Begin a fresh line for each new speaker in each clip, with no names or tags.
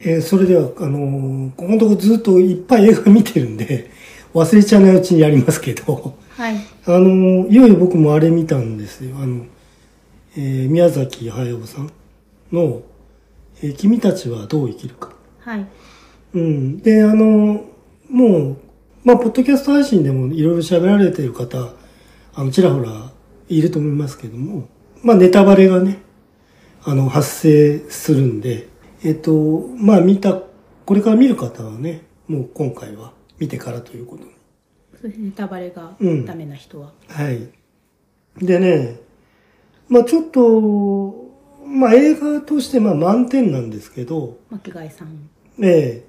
えーそれでは、あのーここのとこずっといっぱい映画見てるんで、 忘れちゃないうちにやりますけど、
はい。
あのーいよいよ僕もあれ見たんですよ。あの、えー宮崎駿さんの、えー君たちはどう生きるか。
はい。
うん。で、あの、もう、まあ、ポッドキャスト配信でもいろいろ喋られてる方、あの、ちらほらいると思いますけども、まあ、ネタバレがね、あの、発生するんで、えっと、まあ、見た、これから見る方はね、もう今回は見てからということに
それでネタバレが
うん
ダメな人は。
はい。でね、まあ、ちょっと、まあ、映画としてまあ、満点なんですけど、
巻貝さん。
ええ。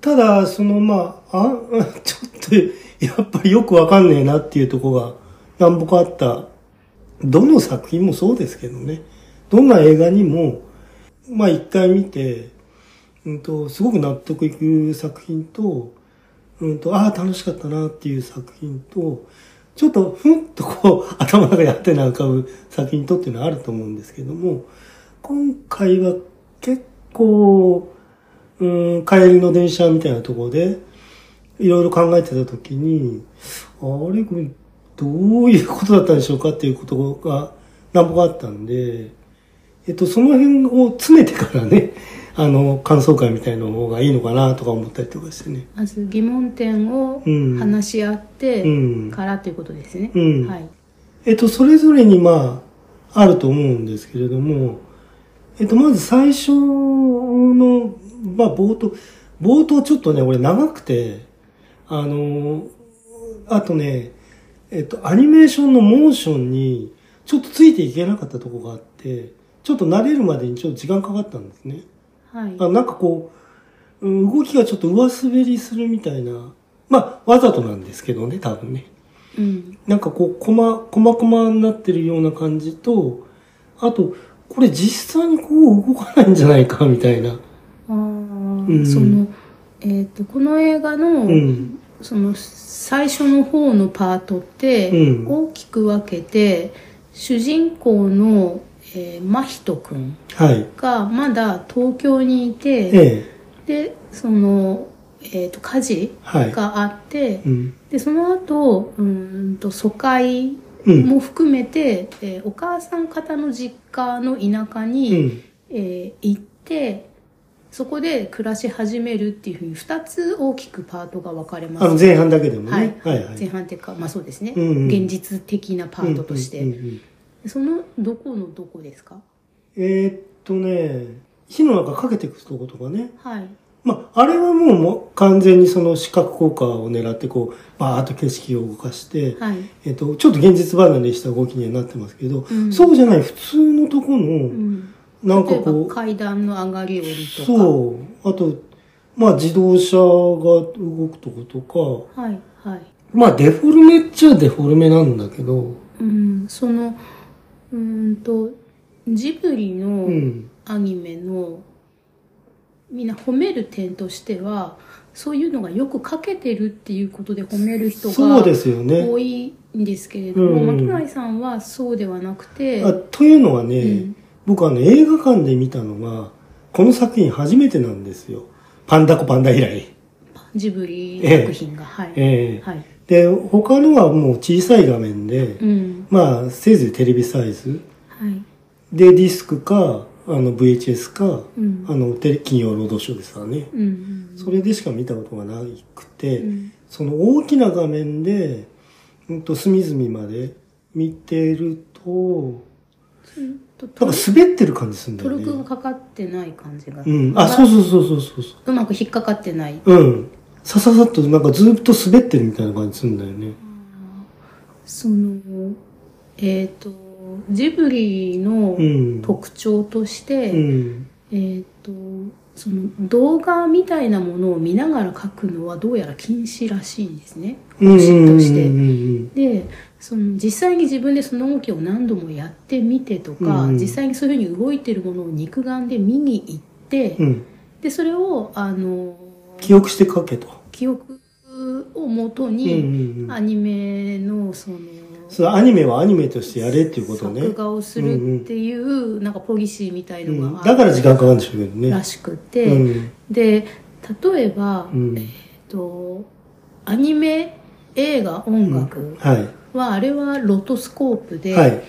ただ、その、まあ、あ、 ちょっと、やっぱりよくわかんねえなっていうとこが何ぼかあった。どの作品もそうですけどね。どんな映画にも、まあ一回見て、うんと、すごく納得いく作品と、うんと、ああ、楽しかったなっていう作品と、ちょっと、ふんっとこう、 頭の中にあってな浮かぶ作品とっていうのはあると思うんですけども、今回は結構、うん、帰りの電車みたいなところで、いろいろ考えてたときに、あれ、これ、どういうことだったんでしょうかっていうことが、なんぼがあったんで、えっと、その辺を詰めてからね、あの、感想会みたいなのがいいのかなとか思ったりとかしてね。
まず疑問点を
うん
話し合って
うん
からということですね。
うん
はい。
えっと、それぞれにまあ、あると思うんですけれども、えっと、まず最初の、まあ、冒頭、冒頭ちょっとね、俺長くて、あの、あとね、えっと、アニメーションのモーションに、ちょっとついていけなかったとこがあって、ちょっと慣れるまでにちょっと時間かかったんですね。
はい。
あなんかこう、うん動きがちょっと上滑りするみたいな、まあ、わざとなんですけどね、多分ね。
うん。
なんかこう、こま、こまこまになってるような感じと、あと、これ実際にこう動かないんじゃないか、みたいな。
ああ、
ん
その、えっ、と、この映画の、
うん。
その最初の方のパートって、
うん
大きく分けて主人公の、えー、真人くん
はい。
がまだ東京にいて、
ええ。
でその、えー、と火事
はい。
があって、
うん。
でその後うーんと疎開
うん。
も含めて、えーお母さん方の実家の田舎
う
に、
ん。
えー行ってそこで暮らし始めるっていうふうに2つ大きくパートが分かれます
あの、前半だけでもね。
は
はいい。は
前
い。
半っていうか、まあそうですね、
うんうん
現実的なパートとして、
うんうんうん
そのどこのどこですか
えーっとね、火の中かけていくとことかね。
はい
まあ、あれはもうもう完全にその視覚効果を狙ってこう、バーッと景色を動かして、
はい
えっと、ちょっと現実離れした動きにはなってますけど、
うん
そうじゃない普通のとこ
う
の、
ん
なんか
例えば
こう、
階段の上がり降りとか
そう。あと、まあ自動車が動くとことか、
はいはい、
まあデフォルメっちゃデフォルメなんだけど、
うん、そのうーんとジブリ
う
の
ん。
アニメの、みんな褒める点としてはそういうのがよく描けてるっていうことで褒める人
そう
が
ですよね。
多いんですけれど
う
も、
んうん
巻貝さんはそうではなくて
あというのはね、
うん
僕あの映画館で見たのが、この作品初めてなんですよ。パンダコパンダ以来。
ジブリ作品が、はい、
ええ
はい、
で、他のはもう小さい画面で、
うん、
まあせいぜいテレビサイズ。
はい、
で、ディスクか、あの VHS か、
うん
あのテレ金曜ロードショーですからね。
うん、うん
それでしか見たことがなくて、
うん
その大きな画面で、うん、と隅々まで見てると、
とト
なん
ル
か滑ってる感じするんだ
ト
よ
ル
ね。
クがかかってない感じが、
うん。あ、そうそうそうそうそうそう
まく引っかかってない。
う。ん。さささっとなんかずっと滑ってるみたいな感じするんだよね。
そのえっ、とジブリの
うん。
特徴として、
うん。
えっ、とその動画みたいなものを見ながら描くのはどうやら禁止らしいんですね。
うんうんうん
として
うん
でその実際に自分でその動きを何度もやってみてとか、
うん
実際にそういうふうに動いてるものを肉眼で見に行って、
うん。うん。
でそれをあの
記憶して書けと。
記憶をもと
うんう
に
んうん。
アニメのその
そのアニメはアニメとしてやれっていうことね。
作画をするっていう、なんかポリシーみたい
うん
の
うん
が
だか
あ
ら時間かかるんでしょうけど
るら
ね。
しくて、
うん
で例えば、
う
えっ
ん。
とアニメ映画音楽
はい。
は、あれはロトスコープで、
はい。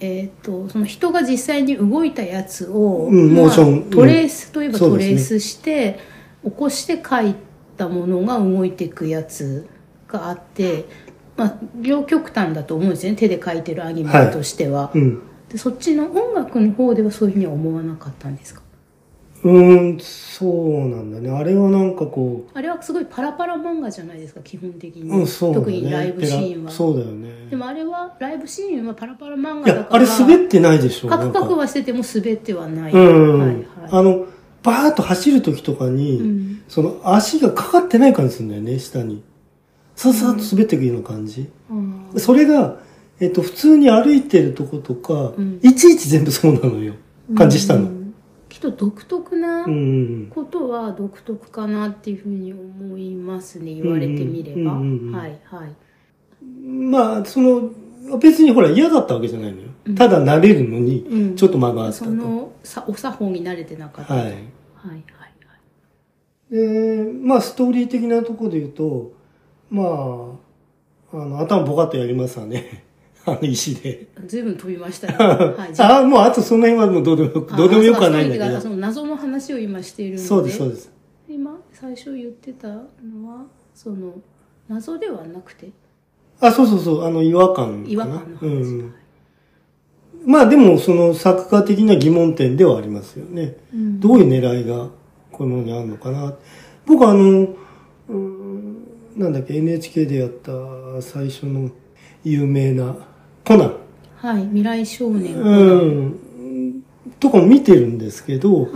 えー、とその人が実際に動いたやつを、
うんモーションうん
トレースといえば
そう
ト
です
レ
ね
ースして、起こして描いたものが動いていくやつがあって、まあ、両極端だと思うんですよね手で描いてるアニメとしては、
うん。
でそっちの音楽の方ではそういうふうには思わなかったんですか
うーん、そうなんだね。あれはなんかこ
あれはすごいパラパラ漫画じゃないですか基本的
う、
に、
うん、そうだね。
特にライブシーン
ペ
は
ラそうだよね。
でもあれはライブシーンはパラパラ漫
い
画だ
や、
か
あ
ら
れ滑ってないでしょ。
カクカク
は。
はしてても滑ってはない、
うん。
はいはい
あの、バーッと走る時とかに、
うん
その足がかかってない感じするんだよね、下に。さっさっと滑っていくような感じ。
うん
それが、えっと、普通に歩いてるとことか、
うん
いちいち全部そうなのよ。感じしたの。う。
うんんきっと独特な
うんうん
ことは独特かなっていうふうに思いますね言われてみれば、
うんうんうんうん
はいはい
まあ、その、別にほら嫌だったわけじゃないのよ。
うん
ただ慣れるのに、
うん
ちょっと間があった
そ
と。
のさお作法に慣れてなかったと、
は
はい
い。
はいはい
で、まあ、ストーリー的なところで言うと、まあ、あの、頭ボカッとやりますわね。 あの、石で。
随分飛びま したねはいじゃあ
ああ、もう、あとその辺はもうどうでもよく、どうでもよくはないんだけ
あそうかストーリーがそ
ど。
の謎の話を今しているので
そうです、そうです。
今最初言ってたのはその謎ではなくて
あ、そうそうそう、あの、違和感かな。
違和感の話、
うん。まあ、でも、その、作家的な疑問点ではありますよね。
うん
どういう狙いが、こういうものにあるのかな。僕は、あの、うーんなんだっけ、NHK でやった最初の有名な、コナン。
はい未来少年、
うん。とかも見てるんですけど、
はい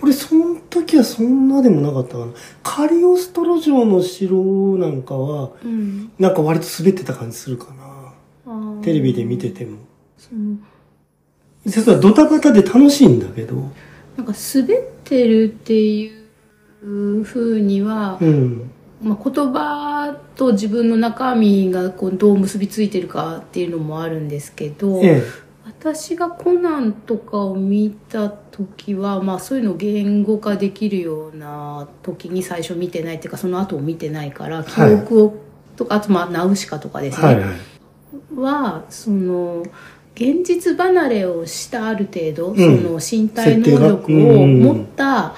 これその時はそんなでもなかったかな。カリオストロ城の城なんかは、
うん
なんか割と滑ってた感じするかな。
あー
テレビで見てても。
その
実はドタバタで楽しいんだけど。
なんか滑ってるっていう風には
う、ん。
まあ、言葉と自分の中身がこうどう結びついてるかっていうのもあるんですけど、
ええ。
私がコナンとかを見た時は、まあ、そういうのを言語化できるような時に最初見てないっていうかその後を見てないから記
はい
憶を、とかあとまあナウシカとかですね、
はいはい。
はその現実離れをしたある程度、
うん
その身体能力を持った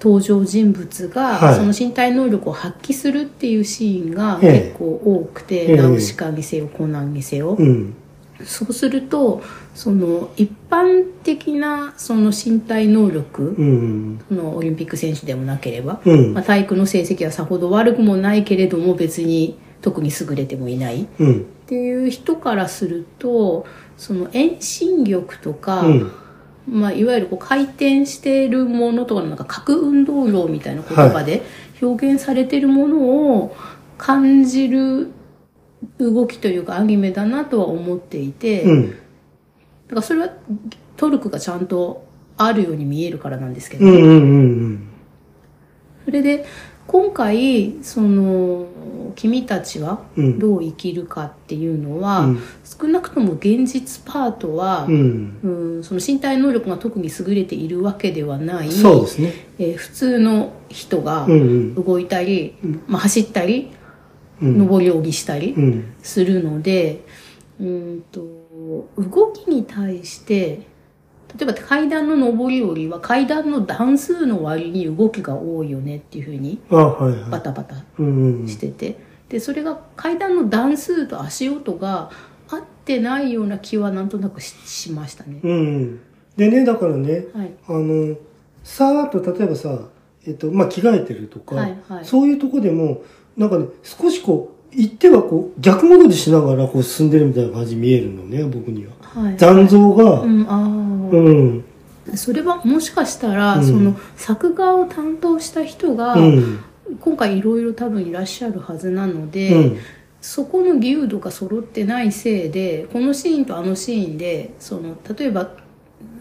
登場人物が、
はい
その身体能力を発揮するっていうシーンが
ええ
結構多くて、
ええ
ナウシカにせよコナンにせよ、
うん。
そうするとその一般的なその身体能力、
うん。
そのオリンピック選手でもなければ、
うん
まあ、。体育の成績はさほど悪くもないけれども別に特に優れてもいない。
うん。
っていう人からするとその遠心力とか、
うん。
まあ、いわゆるこう回転しているものとかのなんか核運動量みたいな言葉で表現されているものを感じる動きというかアニメだなとは思っていて、
う
だ
ん。
からそれはトルクがちゃんとあるように見えるからなんですけど、
うん。うん。
それで今回その「君たちは
うん。
どう生きるか」っていうのは、
うん
少なくとも現実パートは、
うん。
うんその身体能力が特に優れているわけではない、
そうですね。
えー普通の人が
うん。うん
動いたり、
うん
まあ、走ったり、
うん。
上り下りしたり
うん。
するので、うん、と動きに対して例えば階段の上り下りは階段の段数の割に動きが多いよねっていうふうに
あ、はいは
バ
い。
タバタ
うん。うん
してて、でそれが階段の段数と足音が合ってないような気はなんとなくししましたね。
うん。でね、だからね、
はい
あの、さーっと例えばさ、えっと、まあ、着替えてるとか、
はいはい
そういうとこでも、なんかね、少しこう、行ってはこう、逆戻りしながらこう進んでるみたいな感じに見えるのね、僕には。
はい、
残像
う
が、
ん、あ
うん、
あそれはもしかしたら、
うん
その作画を担当した人が、
うん、
今回いろいろ多分いらっしゃるはずなので、
うん、
そこの義勇度が揃ってないせいでこのシーンとあのシーンでその例えば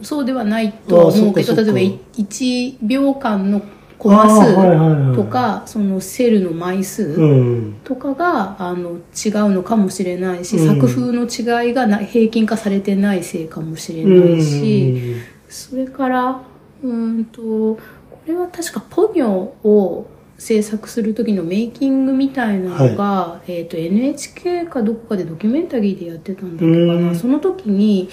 そうではないとは思うけ
ああそ
ど
っかそっ
例
か
えば1秒間のコマ数
あーはいはいはい
とか、そのセルの枚
う
数
ん。
とかが、あの、違うのかもしれないし、
うん
作風の違いがな平均化されてないせいかもしれ
う
なんいし、それから、うーんと、これは確かポニョを制作する時のメイキングみたいなのが、えっ、と NHK かどこかでドキュメンタリーでやってたんだっけか
うー
な。
ん
その時に、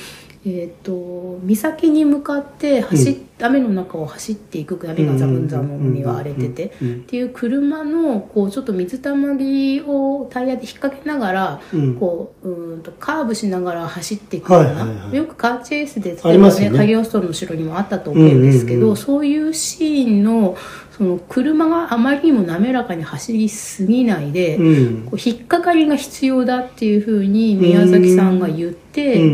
えっ、と、岬に向かって走っ、雨の中を走っていく、雨がザブンザブンには荒れてて、
うん
っていう車の、こう、ちょっと水たまりをタイヤで引っ掛けながら、
うん
こう、うーんと、カーブしながら走っていくような、
はいはいはい
よくカーチェイスで、
ありますよね
影オストロの後ろにもあったと思うんですけど、
うんうんうん
そういうシーンの、その、車があまりにも滑らかに走りすぎないで、
うん
こう引っかかりが必要だっていうふうに宮崎さんが言っ
う
て、
ん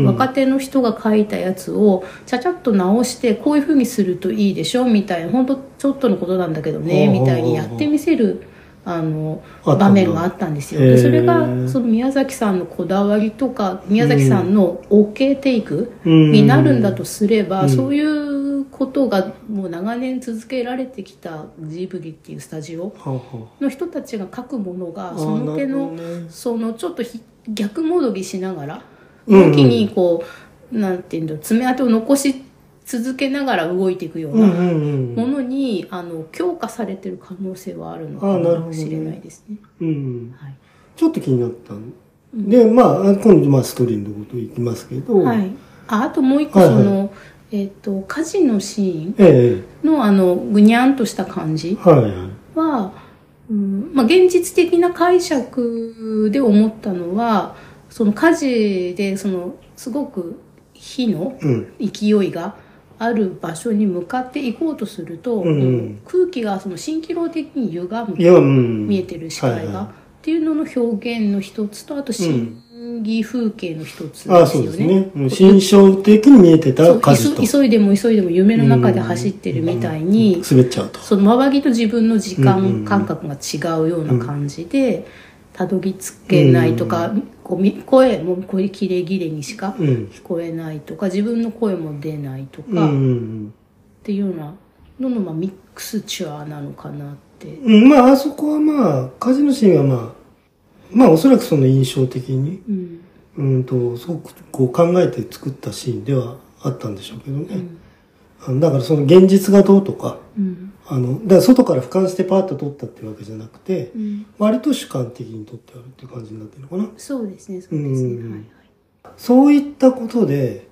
若手の人が書いたやつをちゃちゃっと直してこういうふうにするといいでしょみたいなほんとちょっとのことなんだけど
ほうほ
ね
う
み
ほう
たいにやってみせるあの
あったんだ
場面があったんですよ。
へ
で
ー
それがその宮崎さんのこだわりとか宮崎さんの OK テイク
うん
になるんだとすれば、
うん
そういうことがもう長年続けられてきたジブリっていうスタジオ
はあは
の人たちが書くもの
あ
がその手の、
あーなるほどね
そのちょっとひ逆戻りしながら
うんうん
動きにこう、なんていうんだろう爪痕を残し続けながら動いていくよう
うん
な
うんう
も
ん
のに、あの強化されてる可能性はあるのか
あーなるほど
も
ね
しれないですね。
うん
はい
ちょっと気になったんで、まあ、今度、まあ、ストーリーのこといきますけど、
はい、ああともう一個
はい
そ
はい
の、えっ、と火事のシーン
え
のあのぐにゃんとした感じ
え、はいはい。
は、うんまあ、現実的な解釈で思ったのはその火事でそのすごく火の
うん。
勢いがある場所に向かって行こうとすると、
うんうん
空気がその蜃気楼的に歪む
いや、うん。
見えてる視界が、
はいはい
っていうのの表現の一つとあと審議風景の一つですよね。
ああ、そうですね。うん心象的に見えて
そ
た
う
火事と
急。急いでも急いでも夢の中で走ってるみたいに、
滑っちゃうと。
その周りと自分の時
うんうんう
間
ん
感覚が違うような感じで、たどり着けないとか、こうみ声も声キレキレにしか
うん。
聞こえないとか、自分の声も出ないとか、
うんうんうん。
っていうようなのの、まあ、ミックスチュアなのかなって。
うん、まあ、あそこはまあ、火事のシーンはまあ、まあ、おそらくその印象的に、
うん
うんと、すごくこう考えて作ったシーンではあったんでしょうけど
う
ね。
ん
あのだからその現実がどうとか、
うん
あの、だから外から俯瞰してパーッと撮ったってわけじゃなくて、
うん
割と主観的に撮ってあるっていう感じになってるのかな。
そうですね、そうです
う
ね。
ん
はいはい。
そういったことで、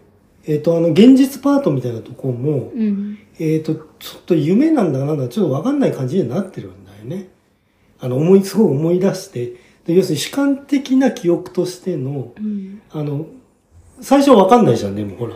えっ、と、あの、現実パートみたいなとこも、
うん。
えっ、と、ちょっと夢なんだかなんだかちょっとわかんない感じになってるんだよね。あの、思い、すごい思い出して、で要するに主観的な記憶としての、
うん。
あの、最初わかんないじゃん、でもほら。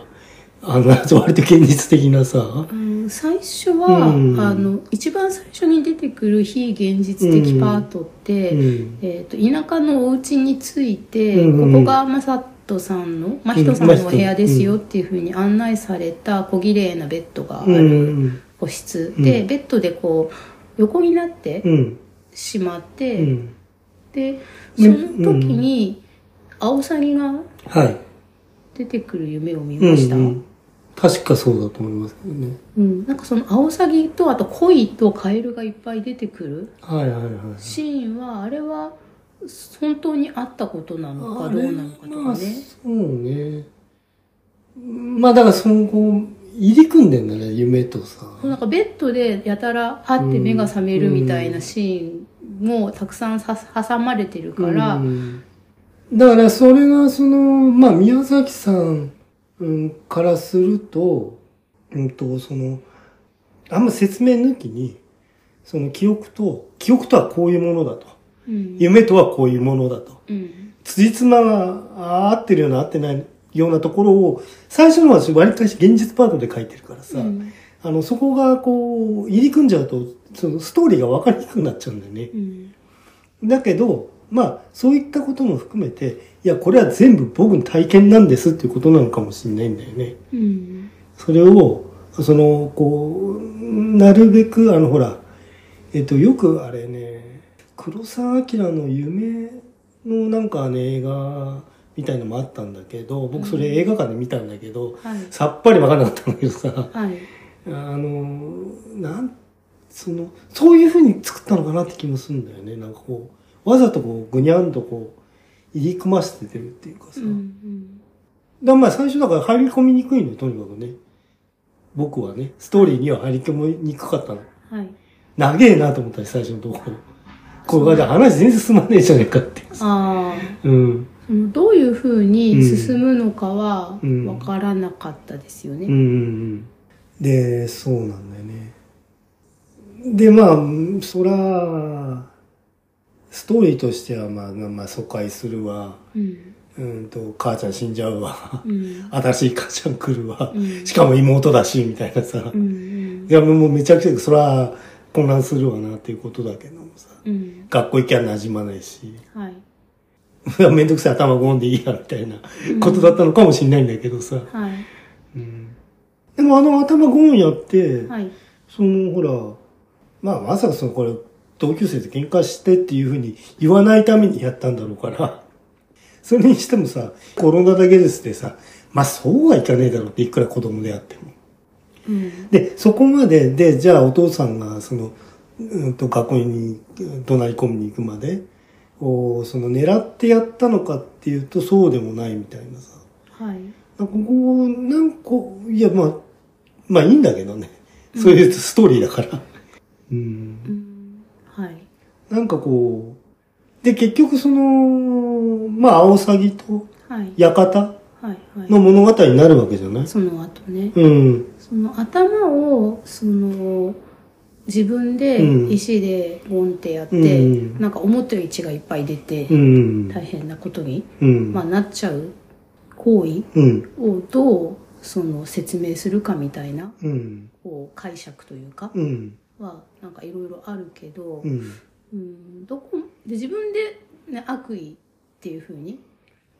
あの、 割と現実的なさ。
あの最初は、
うん
あの、一番最初に出てくる非現実的パートって、
うん。
えー、と田舎のお家について、
うんうん
ここが正人さんの真人さんのお部屋ですよっていうふうに案内された小綺麗なベッドがあ
う
る
ん。
個室、
うん
でベッドでこう横になって
うん。
しまって、
うん。
でそ
ね
の時にアオサギが
はい。
出てくる夢を見
う
ました、うん
ん。確かそうだと思いますけどね。
なんかそのアオサギとあと鯉とカエルがいっぱい出てくる
はいはいはい。
シーンはあれは本当にあったことなのかどうなのかと
まあ、
かね。
そうね。まあだからそのこう、入り組んでんだね、夢とさ。
なんかベッドでやたらはって目が覚めるみたいなシーンもたくさんさ挟まれてるから、
うんだからそれがその、まあ宮崎さん、うん、からすると、うんと、その、あんま説明抜きに、その記憶と、記憶とはこういうものだと。
うん
夢とはこういうものだと。
うん
辻褄があ合ってるような合ってないようなところを、最初のは割り返し現実パートで書いてるからさ、
うん
あの、そこがこう、入り組んじゃうと、そのストーリーが分かりにくくなっちゃうんだよね。
うん
だけど、まあ、そういったことも含めて、いや、これは全部僕の体験なんですっていうことなのかもしれないんだよね。
うん
それを、その、こう、なるべく、あの、ほら、えっと、よくあれね、黒澤明の夢のなんかね、映画みたいのもあったんだけど、僕それ映画館で見たんだけど、
はい
さっぱりわからなかったんだけどさ、
はい
あの、なん、その、そういう風に作ったのかなって気もするんだよね。なんかこう、わざとこう、ぐにゃんとこう、入り組ませてるっていうかさ。
うんうん
だからまあ最初だから入り込みにくいのよ、とにかくね。僕はね、ストーリーには入り込みにくかったの。
はい。
長えなと思ったし、最初のところ。これ、だから話全然進まねえじゃねえかって。
ああ。
うん。
そのどういうふうに進むのかは
うん
分からなかったですよね。
うんうんうん。で、そうなんだよね。で、まあ、そら、ストーリーとしては、まあ、まあ、疎開するわ。
うん
うんと、母ちゃん死んじゃうわ。
うん
新しい母ちゃん来るわ
う。ん
しかも妹だし、みたいなさ
う。ん
いや、もうめちゃくちゃ、そら、混乱するわな、っていうことだけどもさ。
うん
学校行きゃ馴染まないし。
はい
めんどくさい頭ごんでいいや、みたいなことだったのかもしれないんだけどさ。
はい
うん。でもあの頭ゴンやって、
はい
そのほら、まあまさかそのこれ、同級生と喧嘩してっていうふうに言わないためにやったんだろうから、 それにしてもさ、コロナだけですってさ、まあそうはいかねえだろうっていくら子供であっても。
うん
で、そこまで、で、じゃあお父さんが、その、うんと、学校にうん怒鳴り込みに行くまで、をその狙ってやったのかっていうと、そうでもないみたいなさ。
はい
なんかこう、なんか、いや、まあ、まあいいんだけどね。そういうストーリーだから。うん。
うんはい
なんかこう、で、結局その、まあ、アオサギと
はい
館
はいはい
の物語になるわけじゃない
その後ね
うん。
その頭をその自分で
うん
石でゴンってやって、
うん
なんか思ったより血がいっぱい出て
うん。
大変なことに、
うん。
まあ、なっちゃう行為
うん。
をどうその説明するかみたいな
うん。
こう解釈というか
うん。
はなんかいろいろあるけど、
うん。
うん、どこで自分で、ね、悪意っていうふうに、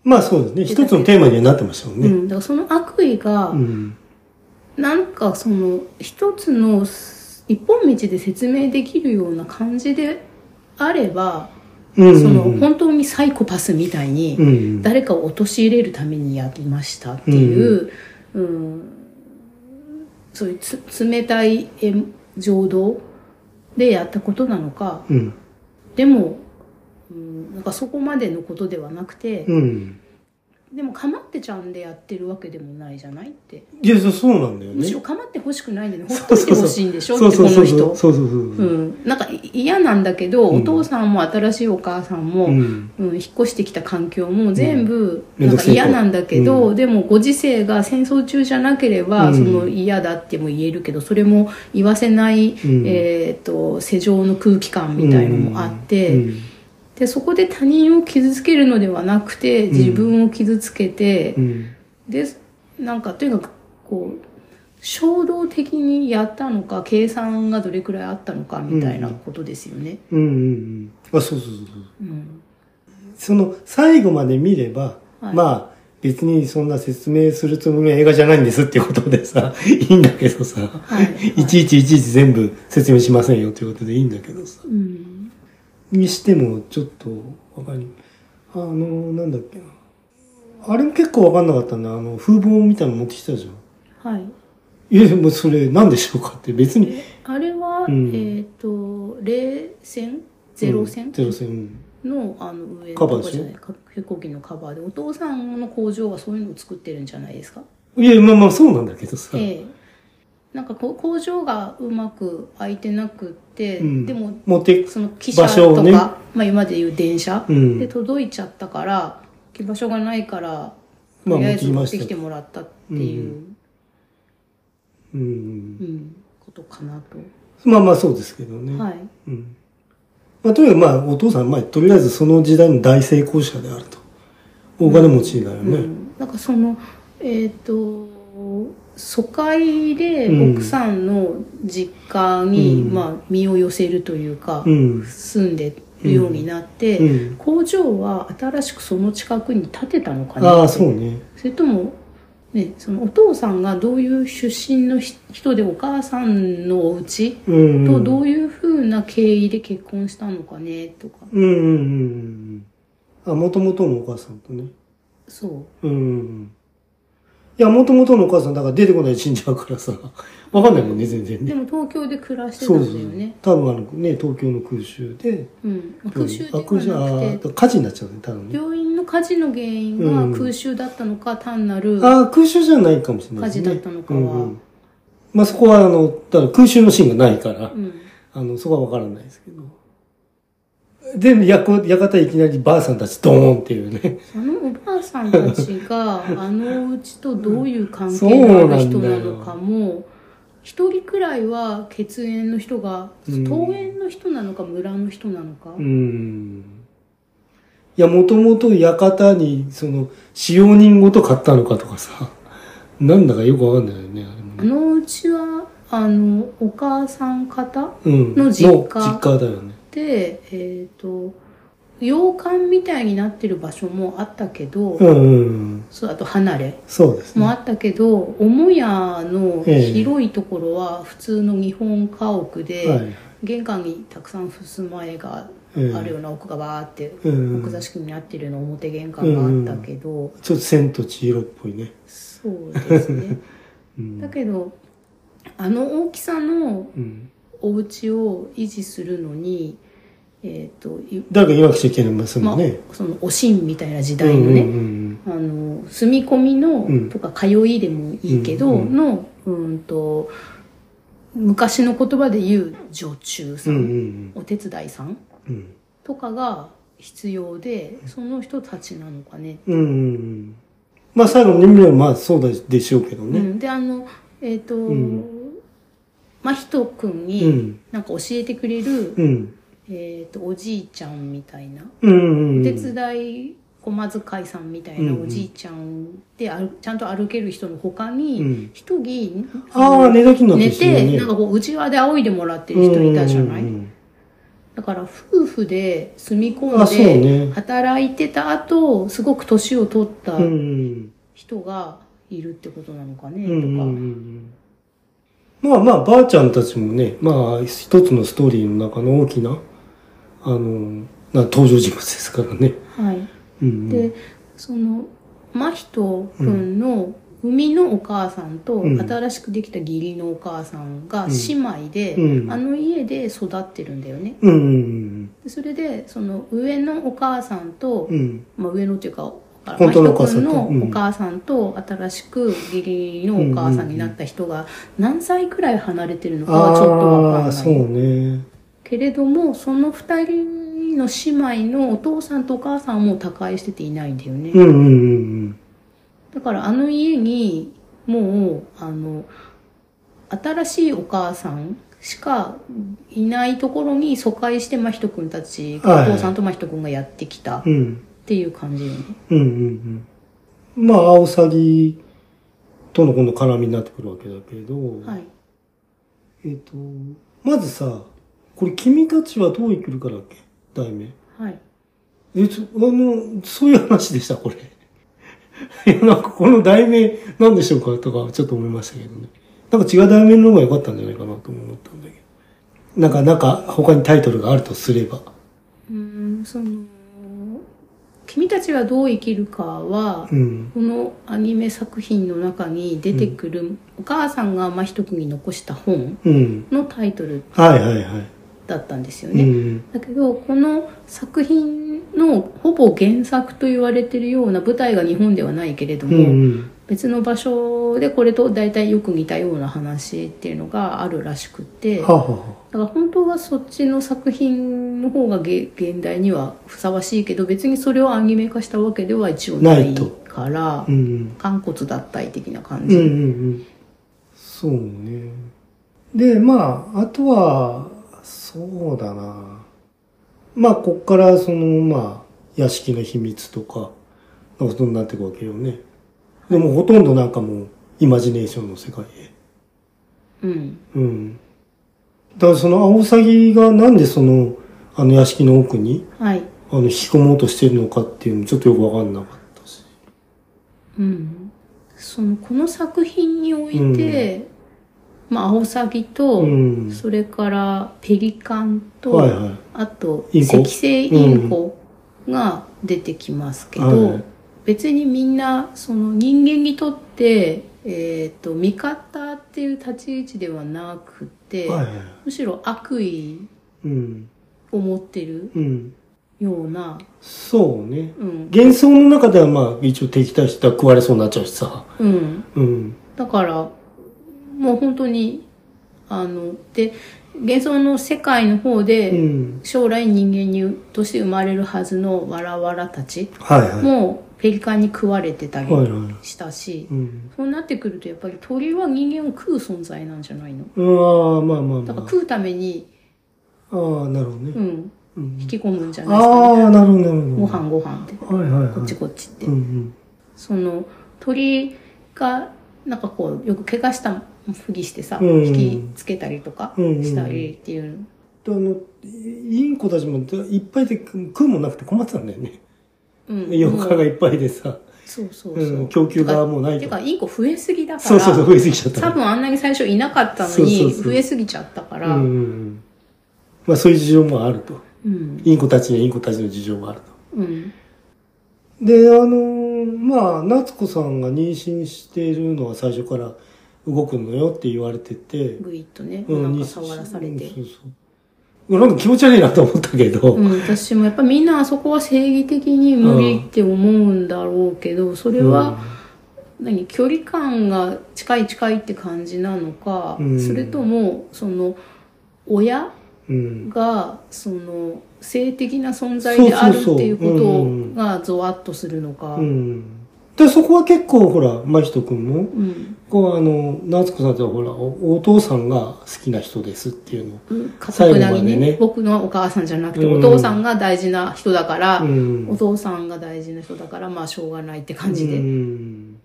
まあそうですね。一つのテーマにはなってましたもん
う
ね。
ん、だからその悪意が、
うん。
なんかその一つの一本道で説明できるような感じであれば、
うん。
その本当にサイコパスみたいに、
うん。
誰かを陥れるためにやりましたっていう、うんそういうつ冷たいえ情動でやったことなのか
うん。
でも、うん、なんかそこまでのことではなくて、
うん。
でも構ってちゃんでやってるわけでもないじゃないって
いや、そうそうなんだよね。
むしろ構ってほしくないんでほっ
そ
と
う
い
そ
て
うそう
ほしいんでしょっ
そ
て
う
こ
そうそう
の
そう
人。
そうそうそう
う
そう。
ん、なんかい嫌なんだけど、
うん
お父さんも新しいお母さんも、
うん。
うん、引っ越してきた環境も全部
うん
なんか嫌なんだけ
めんどくせえと
ど、でもご時世が戦争中じゃなけれ
う
ば、
ん
その嫌だっても言えるけどそれも言わせない、
ん
えー、と世情の空気感みたいのもあって、
うん
でそこで他人を傷つけるのではなくて自分を傷つけて、
うん。
でなんかとにかくこう衝動的にやったのか計算がどれくらいあったのかみたいなことですよね。
うんうんうん。あ、そうそうそうそう。
うん
その最後まで見れば、
はい
まあ別にそんな説明するつもりの映画じゃないんですっていうことでさ、いいんだけどさ、
はいはい
いちいちいちいち全部説明しませんよということでいいんだけどさ。
うん
にしてもちょっとわかり、あの、なんだっけな。あれも結構わかんなかったんだ。あの、風貌みたいなの持ってきたじゃん。
はい
いや、もうそれ何でしょうかって別に。
あれは、
うん
えっ、と、冷戦ゼロ戦、
うんゼロ戦。うん
のあの上の
カバーでしょ
いか飛行機のカバーで、お父さんの工場はそういうのを作ってるんじゃないですか。
いや、まあまあそうなんだけどさ。
ええなんかこう工場がうまく開いてなくって、
うん
でも、
持って、
その汽車
場所
とか、
をね
まあ今でいう電車
うん
で届いちゃったから、行き場所がないから、
ま
と
あ
りあえず
持っ
持っ
きました
ててきてもらったっていう、
うん。
うんことかなと。
まあまあそうですけどね。
はい。
うんまあ、とにかくまあお父さん、まあ、とりあえずその時代の大成功者であると大金持ちだよね、
うんなんかそのえっ、と疎開で
うん
奥さんの実家に、
うん
まあ、身を寄せるというか、
うん
住んでるようになって、
うん
工場は新しくその近くに建てたのかな
ああそうね
それとも、ね、そのお父さんがどういう出身のひ人でお母さんのお家
うん
とどういうふうな経緯で結婚したのかねとか
うんうんうんうんあもともとのお母さんとね
そう
うんいや、もともとのお母さん、だから出てこない死んじゃうからさ、わかんないもんね、全然
で
ね。
も東京で暮らしてた
そ
ん
う
だ
そ
よ
う
ね。。
多分あのね、東京の空襲で。
うん。空襲で
あ空襲、あ
はなくて
ー火事になっちゃうね、多分ね。
病院の火事の原因
うん
が空襲だったのか、単なる、
ああ、空襲じゃないかもしれないですね。
火事だったのかは
うんうんまあそこは、あの、だから空襲のシーンがないから
う、ん。
あの、そこはわからないですけど。で、やこ、やがていきなりばあさんたちドーンっていうね。
あのおばあさんたち があのお家とどういう関係
そう
の
な
ある
ん
人
だよ
なのかも一人くらいは血縁の人が
うん
遠縁の人なのか村の人なのか、
うん。いや、もともと館に、その、使用人ごと買ったのかとかさ、なんだかよくわかんないよね、あれも
あ
ね。
のお家はあのお母さん方
うん。
の実家
実家だよね。
でえっ、と洋館みたいになってる場所もあったけど、
うんうんうん。
そうあと離れ
そうです
も
ね。
あったけど母屋の広いところは普通の日本家屋で、
はい。
玄関にたくさん襖絵が
うん
あるような奥がバーって
うん
奥座敷になってるような表玄関があったけど、
ちょっと千と千尋っぽいね。
そうです ね
うん
だけどあの大きさの
うん。
お家を維持するのにえっ、とい
誰か言わなくちゃいけないますも
ま
んね。
あそのおしんみたいな時代のね、
うんうん
あの住み込みの、
うん
とか通いでもいいけど、
うんうん
のうんと昔の言葉で言う女中さ
うん
ん、
うんうん
お手伝いさん
うん
とかが必要でその人たちなのかね。
うんうんうんまあ最後の見ればまあそうでしょうけど
う
ね。
ん、であのえっ、と、
ん
まひとくん
う
に
ん
なんか教えてくれる、
うん。
えっ、とおじいちゃんみたいな、
うんうんうん。
お手伝い駒遣いさんみたいな
うん
おじいちゃんで、あるちゃんと歩ける人の他に、
うん
一人
ああ、寝たきになって
寝
る人いる
て、
ね
なんかこう、うちわで仰いでもらってる人いたじゃない、
うんうんうん
だから、夫婦で住み
あそう
込ん
ね
で、働いてた後、すごく年を取った
うんうん
人がいるってことなのか
う
ね、
んうんうんう
とか。
んまあまあ、ばあちゃんたちもね、まあ、一つのストーリーの中の大きな、あの、な登場人物ですからね。
はい。
うんうん、
で、その、真人くんの生みのお母さんと、
うん
新しくできた義理のお母さんが
うん
姉妹で、
うん
あの家で育ってるんだよね。
うんうん
でそれで、その上のお母さんと、
うんうん。
まあ、上のっていうか、
本当のお母
真
さ
人
んとう
君
ん
のお母さんと新しく義理のお母さんになった人が何歳くらい離れてるのかはちょっとわ
あ
か
あ、
ん
そ
な
う
い、
ね。
けれどもその二人の姉妹のお父さんとお母さんはもう他界してていないんだよね、
うんうんうん
だからあの家にもうあの新しいお母さんしかいないところに疎開して真人君たちが
は
お
い
父さんと真人君がやってきたっ
うん。うん。
ていう感じよね、
うんうんうん。まあ、アオサギとのこの絡みになってくるわけだけど、
はい
えっ、と、まずさ、これ君たちはどう生きるかだっけ題名。
はい
え、ちょ、あの、そういう話でした、これ。 いや、なんかこの題名なんでしょうかとか、ちょっと思いましたけどね。なんか違う題名の方が良かったんじゃないかなとも思ったんだけど。なんか、なんか他にタイトルがあるとすれば。
うーんその「君たちはどう生きるかは」
うん。
このアニメ作品の中に出てくる、お母さんが真人君に残した本
うん。
のタイトル
はいはいはい。
だったんですよ
う
ね。
ん。
だけどこの作品のほぼ原作と言われてるような舞台が日本ではないけれど
う
も、
んうん。
別の場所でこれと大体よく似たような話っていうのがあるらしくて。
はあ、はあはあ
だから本当はそっちの作品の方がげ現代にはふさわしいけど別にそれをアニメ化したわけでは一応ないから
うんうん。
肝骨脱退的な感
うん
じ、
うんうん。そうね。で、まあ、あとは、そうだな。まあ、こっから、その、まあ、屋敷の秘密とか、なんかそうになっていくわけよね。でも、ほとんどなんかもう、イマジネーションの世界へ。
うん
うん。だから、その、アオサギがなんでその、あの屋敷の奥に、
はい、
あの、引き込もうとしてるのかっていうのも、ちょっとよくわかんなかったし。
うん、そのこの作品において、まあアオサギと、
うん。
それからペリカンと、
はいはい。
あと
インコ
赤星インコが出てきますけど、
はい
別にみんなその人間にとって、えー、と味方っていう立ち位置ではなくて、
はいはい。
むしろ悪意
うん。
を持ってる
うん。
ような、
そうね。
うん
幻想の中ではまあ一応敵対したら食われそうになっちゃうしさ。
うん、
うん。
だからもう本当にあので幻想の世界の方
う
で
ん。
将来人間にとして生まれるはずのわらわらたち
はいは
もペリカンに食われてたり
い。はいはい。
したし、
うん。
そうなってくるとやっぱり鳥は人間を食う存在なんじゃないの
ああ、まあまあま
だから
あ。
食うために、
ああ、なるほどね。
うん、
うん
引き込むんじゃないですか、ね、
ああ、なるほど、なるほど。
ご飯ご飯って
はいはいはい。
こっちこっちって、
うんうん。
その鳥がなんかこうよく怪我したふりしてさ、
うん
引きつけたりとか
うん
したりっていう、
あの、インコたちもいっぱいで食うもんなくて困ってたんだよね。
うん
妖怪がいっぱいでさ。
そうそうそう、
うん、供給がもうない
て
と。
かインコ増えすぎだから
そうそうそう、増えすぎちゃった
多
ね。
分あんなに最初いなかったの
そう
に
そうそう
増えすぎちゃったか
うん
ら
うんうん。まあそういう事情もあると。
うん
インコたちにはインコたちの事情もあると。
うん
で、あのーまあ、夏子さんが妊娠しているのは最初から動くのよって言われてて。
ぐいっとね、
う
なんか触らされて
妊娠そうそう。なんか気持ち悪いなと思ったけど。
うん、私もやっぱみんなあそこは正義的に無理って思うんだろうけど、それは何距離感が近い近いって感じなのか、
うん
それともその親
うん、
がその性的な存在であるっていう
そうそうそううんうん
ことがゾワッとするのか。
うん。うん。で、そこは結構、ほら、真人くんも、
うん
こう、あの、夏子さんってほら、おお父さんが好きな人ですっていうの。
家族な
最後まで
りに、
ね
僕のお母さんじゃなくて、
うん
お父さんが大事な人だから、
うん。
お父さんが大事な人だからまあしょうがないって感じで、
うん。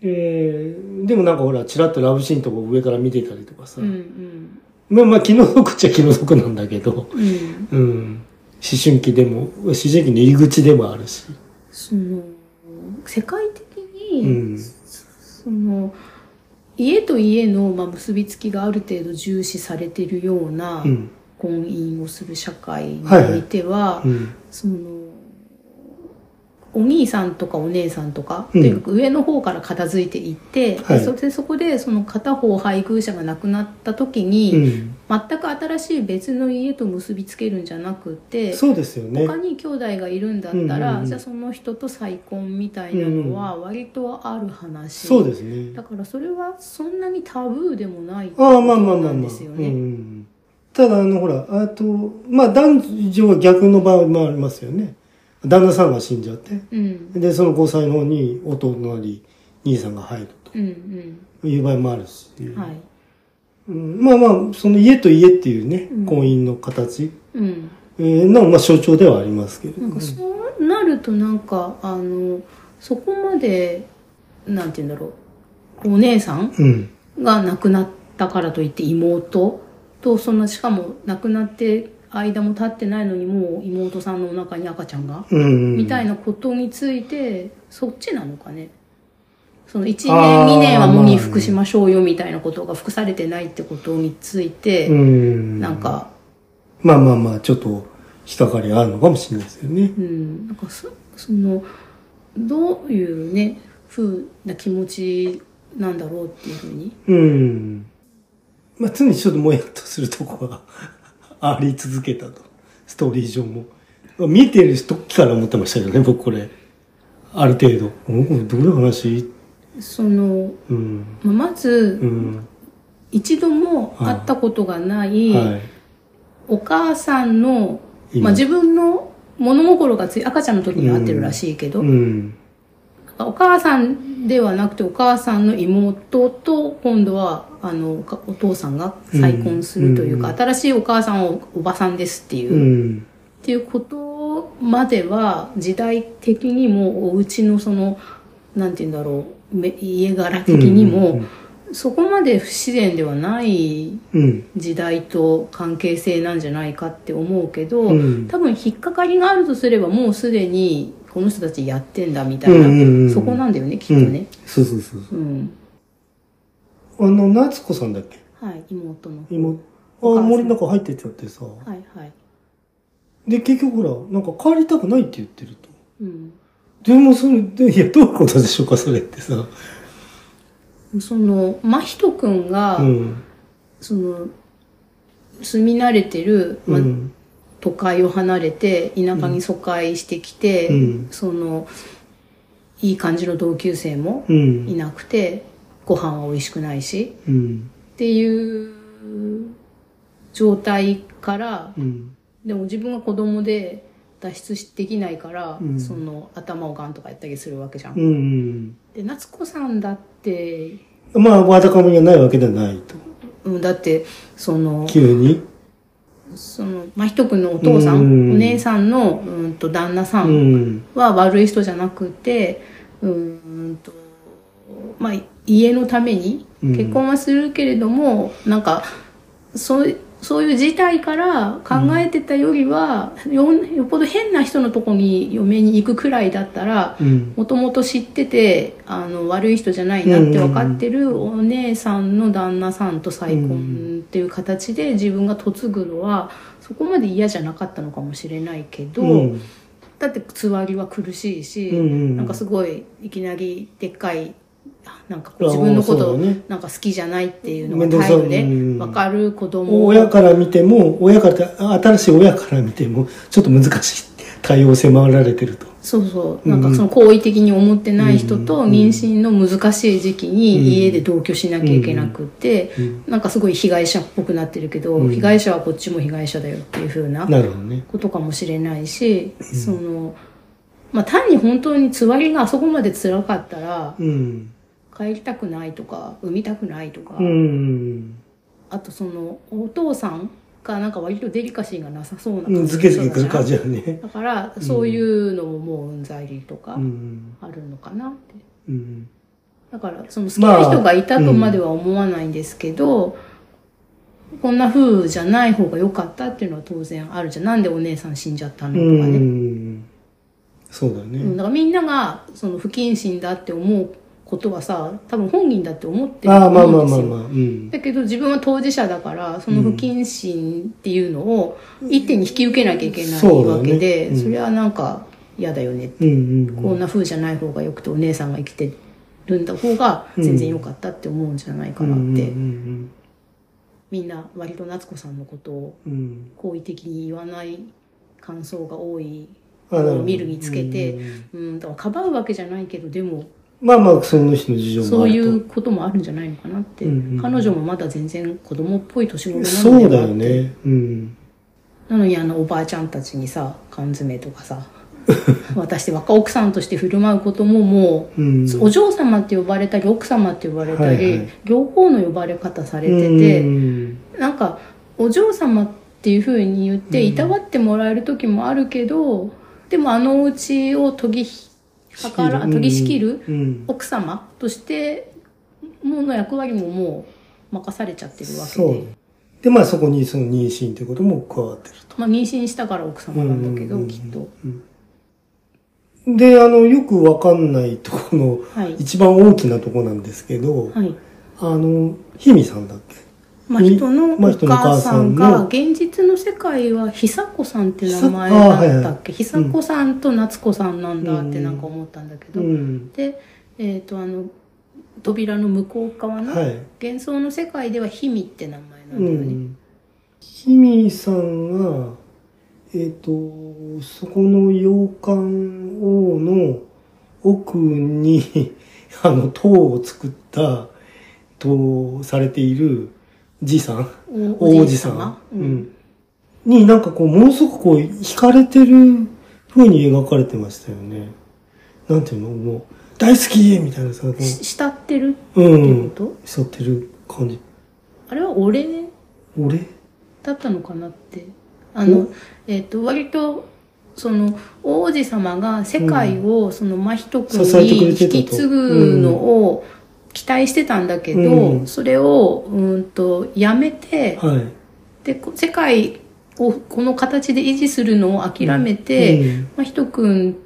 えー、でもなんかほら、ちらっとラブシーンとか上から見てたりとかさ。
うん
まあまあ、気の毒っちゃ気の毒なんだけど、
うんうん
うん。思春期でも、思春期の入り口でもあるし。
その世界的
う
に、
ん。
その家と家の、まあ、結びつきがある程度重視されてるような
うん。
婚姻をする社会に
はいはい
おいては、
うん。
そのお兄さんとかお姉さんとか、
うん
とにかく上の方から片付いていって、
はい
でそしてそこでその片方配偶者が亡くなった時に、
うん。
全く新しい別の家と結びつけるんじゃなくて
そうですよね
他。に兄弟がいるんだった
う
ら、
んうんうん
じゃあその人と再婚みたいなのは割とある話、
そうですね
だ。からそれはそんなにタブーでもないって
ああ、まあまあま
ことな
あ
ん
ま
で
あ。
すよ
う
ね。
ん。ただ、あの、ほら、あと、まあ、男女は逆の場合もありますよね。旦那さんが死んじゃって。
うん
で、その5歳の方に弟なり、兄さんが入る
うん
という場合もあるし。
うんはい
うんまあまあ、その家と家っていうね
う、ん
婚姻の形、
うん、
えーの、まあ象徴ではありますけれど
なん
も
か。そうなるとなんかあのそこまでなんて言うんだろうお姉さん
うん。
が亡くなったからといって妹とそんなしかも亡くなって間も経ってないのにもう妹さんのお腹に赤ちゃんが、
うん。
みたい
な。
なことについてそっちなのかねその1年
あー
2年は喪に
まあ
服しましょうよみたいなことが服されてないってことについて、
うん。
なん。か
まあまあまあ、ちょっと、引っかかりがあるのかもしれないですよね。
うん、なんかそそのどういうね風な気持ちなんだろうっていうふうに
うん。まあ常にちょっともやっとするとこが あり続けたと。ストーリー上も。見てる時から思ってましたけどね、僕これ。ある程度。うんこれどういう話
その、
うん。
まあまず、
うん。
一度も会ったことがない、
はい。
お母さんの、
今
まあ、自分の物心がつい赤ちゃんの時に会ってるらしいけど、
うん。
お母さんではなくてお母さんの妹と今度はあのおかお父さんが再婚するというか、
うん
新しいお母さんをおばさんですっていう、
う
っ
ん。
ていうことまでは時代的にもお家のそのなんて言うんだろうめ家柄的に
うん
も、そこまで不自然ではない
うん。
時代と関係性なんじゃないかって思うけど、
うん
多分引っかかりがあるとすればもうすでにこの人たちやってんだみたいな、
うんうんうん
そこなんだよねきっとね、
そうそうそう
うん
そう。あの、夏子さんだっけ
はい妹の
今、あ、
お母さん
森の中入ってっちゃってさ。
はいはい
で、結局ほら、なんか帰りたくないって言ってると。
うん
でもそれ、でいや、どういうことでしょうか、それってさ。
その、真人くんが、
うん。
その、住み慣れてる、ま
う
あ
ん。
都会を離れて、田舎に疎開してきて、
うん
その、いい感じの同級生も
うん
い。なくて、ご飯は美味しくないし、
うん。
っていう状態から、
うん。
でも自分が子供で脱出できないから、
うん
その頭をガンとかやったりするわけじゃん。
うん。
で、夏子さんだって、
まあ、わだかみがないわけではないと。
うん、だって、その、
急に。
その、まひとくんのお父さん、
うん
お姉さんの、うんと、旦那さ
うんん。
は悪い人じゃなくて、うんと、まあ、家のために、
うん
結婚はするけれども、なんか、そう、そういう事態から考えてたよりは、よんよっぽど変な人のとこに嫁に行くくらいだったら、
うん。
もともと知っててあの悪い人じゃないなって分かってるお姉さんの旦那さんと再婚っていう形で自分が嫁ぐのはそこまで嫌じゃなかったのかもしれないけど、
うん。
だってつわりは苦しいし、
うん
なんかすごいいきなりでっかいなんかこう
あ
自分のこ
そ
と
うだね
なんか好きじゃないっていうの
面
が
倒くさ
態
い
度で
うん
分かる子供
親から見ても、親からって、あ新しい親から見ても、ちょっと難しい対応を迫られてると。
そうそう。なんかその好意的に思ってない人と妊娠の難しい時期
うん
に家で同居しなきゃいけなくって
うん、
なんかすごい被害者っぽくなってるけど、被害者はこっちも被害者だよっていう風な
なるほどね。
ことかもしれないし、その、まあ単に本当につわりがあそこまで辛かったら、
うん。
帰りたくないとか、産みたくないとか
う、ん。
あとその、お父さんがなんか割とデリカシーがなさそ
う
うな
ん
感
ズ
じ
ケズケくる感じだね。
だから、そういうのももううんざりとか
う、ん。
あるのかなって。
うん。
だから、その好きな人がいたとまでは思わないんですけど、こんな風じゃない方が良かったっていうのは当然あるじゃん。なんでお姉さん死んじゃったの
う
とかね。
ん。そうだ
うん
ね。
だからみんなが、その不謹慎だって思うことはさ、多分本人だって思ってる
あ
と
あ、まあま
思
あますあ
うんでよ。
まあ。うん。
だけど自分は当事者だから、その不謹慎っていうのを一手に引き受けなきゃいけない
そうだね
わけで、
うん
それはなんか嫌だよね
うんうん
こんな風じゃない方がよくてお姉さんが生きてるんだ方が全然良かったって思うんじゃないか
うん。
なって、
うん
みんな割と夏子さんのことを
うんうん。
好意的に言わない感想が多い
あなるほど
見るにつけて
うん
うんだからかばうわけじゃないけどでも
まあまあ、その人の事情も
そ
あ
う
る
い
と。
うこともあるんじゃないのかなって、
うんうん
彼女もまだ全然子供っぽい年頃なので
そうだよね。うん。
なのにあのおばあちゃんたちにさ缶詰とかさ 渡して若奥さんとして振る舞うことももう
うん。
お嬢様って呼ばれたり奥様って呼ばれたり、
はいはい
両方の呼ばれ方されてて、
うん
なんかお嬢様っていう風に言っていたわってもらえる時もあるけど、でもあのうちを研ぎ計ら研ぎしきる
うん。
奥様としてもの役割ももう任されちゃってるわけで、
そう。で、まあそこにその妊娠ということも加わってると。
まあ、妊娠したから奥様なんだけど、
うん
きっと。
で、あの、よくわかんないとこの、
はい
一番大きなとこなんですけど、
はい
あの、ひみさんだっけ
まあ、人のお
まあ人のお
母
母さ
さん
ん
が
の
現実の世界は久子さんって名前
久あーはい
だ
は
っ
い
たっけ久子さんと夏子さんなんだってなんか思ったんだけど、
うん。
で、えっとあの扉の向こう側の、
はい。
幻想の世界では「ひみ」って名前なん
う
だよね、
ん。ひみさんが、えっ、と、そこの洋館王の奥に、あの、塔を作った、とされているじいさん、
お
王
じい
子
さ
さ
ま
ん、
う
うんんになんかこう、ものすごくこう、惹かれてる風に描かれてましたよね。なんていうのもう、大好きみたいなさ、こ
し慕ってる
う、
って
う
いうんこ、と、
沿ってる感じ。
あれはお礼
俺
だったのかなってあの、えっと割とその王子様が世界をその真人君
支えてく
に
れて
引
たと
き継ぐのを期待してたんだけど、
うん
それをうんとやめて、
はい。
でこ世界をこの形で維持するのを諦めて、
うん
まあ、ひとくん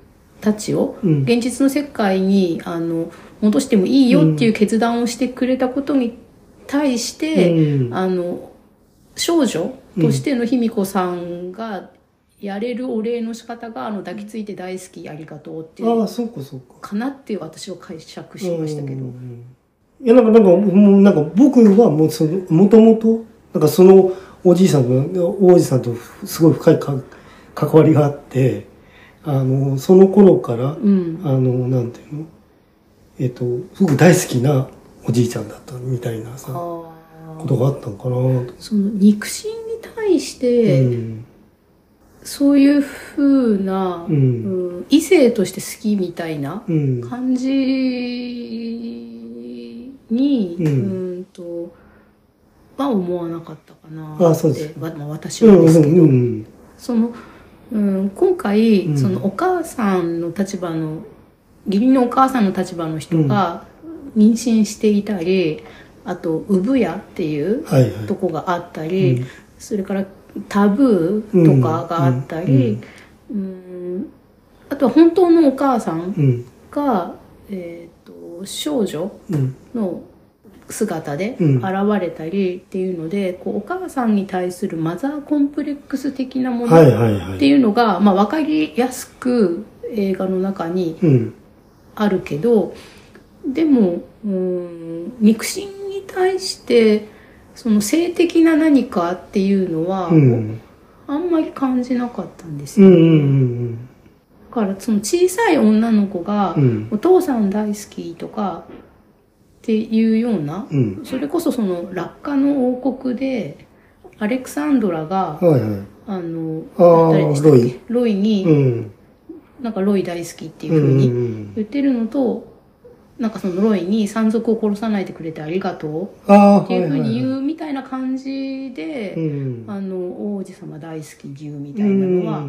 たちを
うん
現実の世界にあの戻してもいいよっていう決断をしてくれたことに対して、
うん
あの少女としての卑弥呼さんがやれるお礼の仕方が、あの、抱きついて大好きありがとうってい
ああ、
う、
そっかそっか。
かなって私は解釈しましたけ
う
ど。
んいや、なんか、なんか、もう、なんか、僕はもう、その、もともと、なんか、その、おじいさんと、王子さんと、すごい深いか関わりがあって、あの、その頃から、
うん。
あの、なんていうのえっと、すごく大好きなおじいちゃんだったみたいな
あ
さ、
あ
ことがあったのかなと。
その肉親に対し
う
て、
ん。
そういうふうな、
うん。
うん異性として好きみたいな
うん。
感じに、
うん
うんと、は思わなかったかなって。
あそうです
わまあ、私
う
は
ん。
ですけど。
うん。
その、うん、今回、
うん
そのお母さんの立場の、義理のお母さんの立場の人が妊娠していたり、あと、産屋っていう
はいはい。
とこがあったり、
うん
それからタブーとかがあったり、うんあとは本当のお母さん
うん。
が、えー、と少女
うん。
の姿で
うん
現れたりっていうので、こうお母さんに対するマザーコンプレックス的なもの
はいはいは
っ
い。
ていうのが、まあ、分かりやすく映画の中に
うん。
あるけどでもうーん肉親に対してその性的な何かっていうのは、
うん。
あんまり感じなかったんです
うんう
よ、
んうん
だからその小さい女の子が、
うん
お父さん大好きとかっていうような、
うん。
それこそその落下の王国でアレクサンドラが、
うん。はいはい。
あの
あー
誰でしたっけ
ロイ
ロイに、
うん。
なんかロイ大好きっていう
う
風
んう
に
ん。
言ってるのと、なんかそのロイに山賊を殺さないでくれてありがとう
ああ、
っていう風に言
う。
うみたいな感じで、
うん。
あの、王子様大好き牛みたいなのは、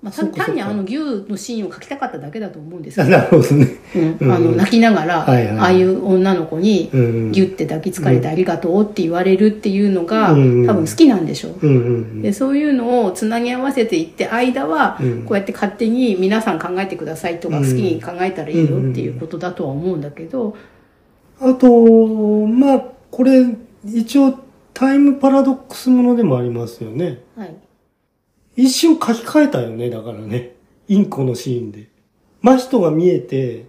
まあ、
そっ
単
かそっか
単にあの牛のシーンを描きたかっただけだと思うんですけ
あ
ど、
なるほどね。
うん
うん
あの泣きながら、
はいはい
ああいう女の子に、
うん。
ギュって抱きつかれてありがとうって言われるっていうのが、
うん
多分好きなんでしょう。
うんうんうん。
でそういうのをつなぎ合わせていって間は
うん
こうやって勝手に皆さん考えてくださいとか
う
好
ん
きに考えたらいいよっていうことだとは思うんだけど、
あと、まあ、これ、一応、タイムパラドックスものでもありますよね。
はい、
一瞬書き換えたよね、だからね。インコのシーンで。真人が見えて、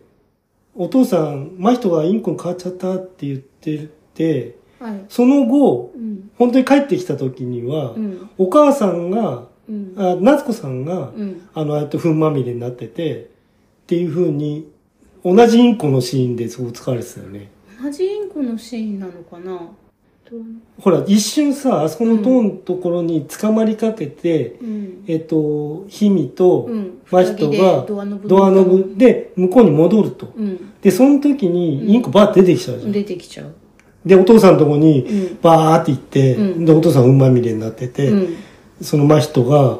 お父さん、真人がインコに変わっちゃったって言ってて、
はい
その後、
うん
本当に帰ってきた時には、
うん
お母さんが、
うん
あ夏子さんが、
うん
あの、ああやって糞まみれになってて、っていう風に、同じインコのシーンでそう使われてたよね。
同じインコのシーンなのかな、
ほら、一瞬さ、あそこの塔のところに捕まりかけて、
うん
えっと、ヒミと
う、ん、
真人が
二人でドアノブ
ドアノブで向こうに戻ると。
うん、
で、その時にインコバーって出てきちゃうじゃん。
出てきちゃう、
で、お父さんのとこ
う
に
ん
バーって行って、
うん
で、お父さんうんまみれになってて、
うん
その真人が、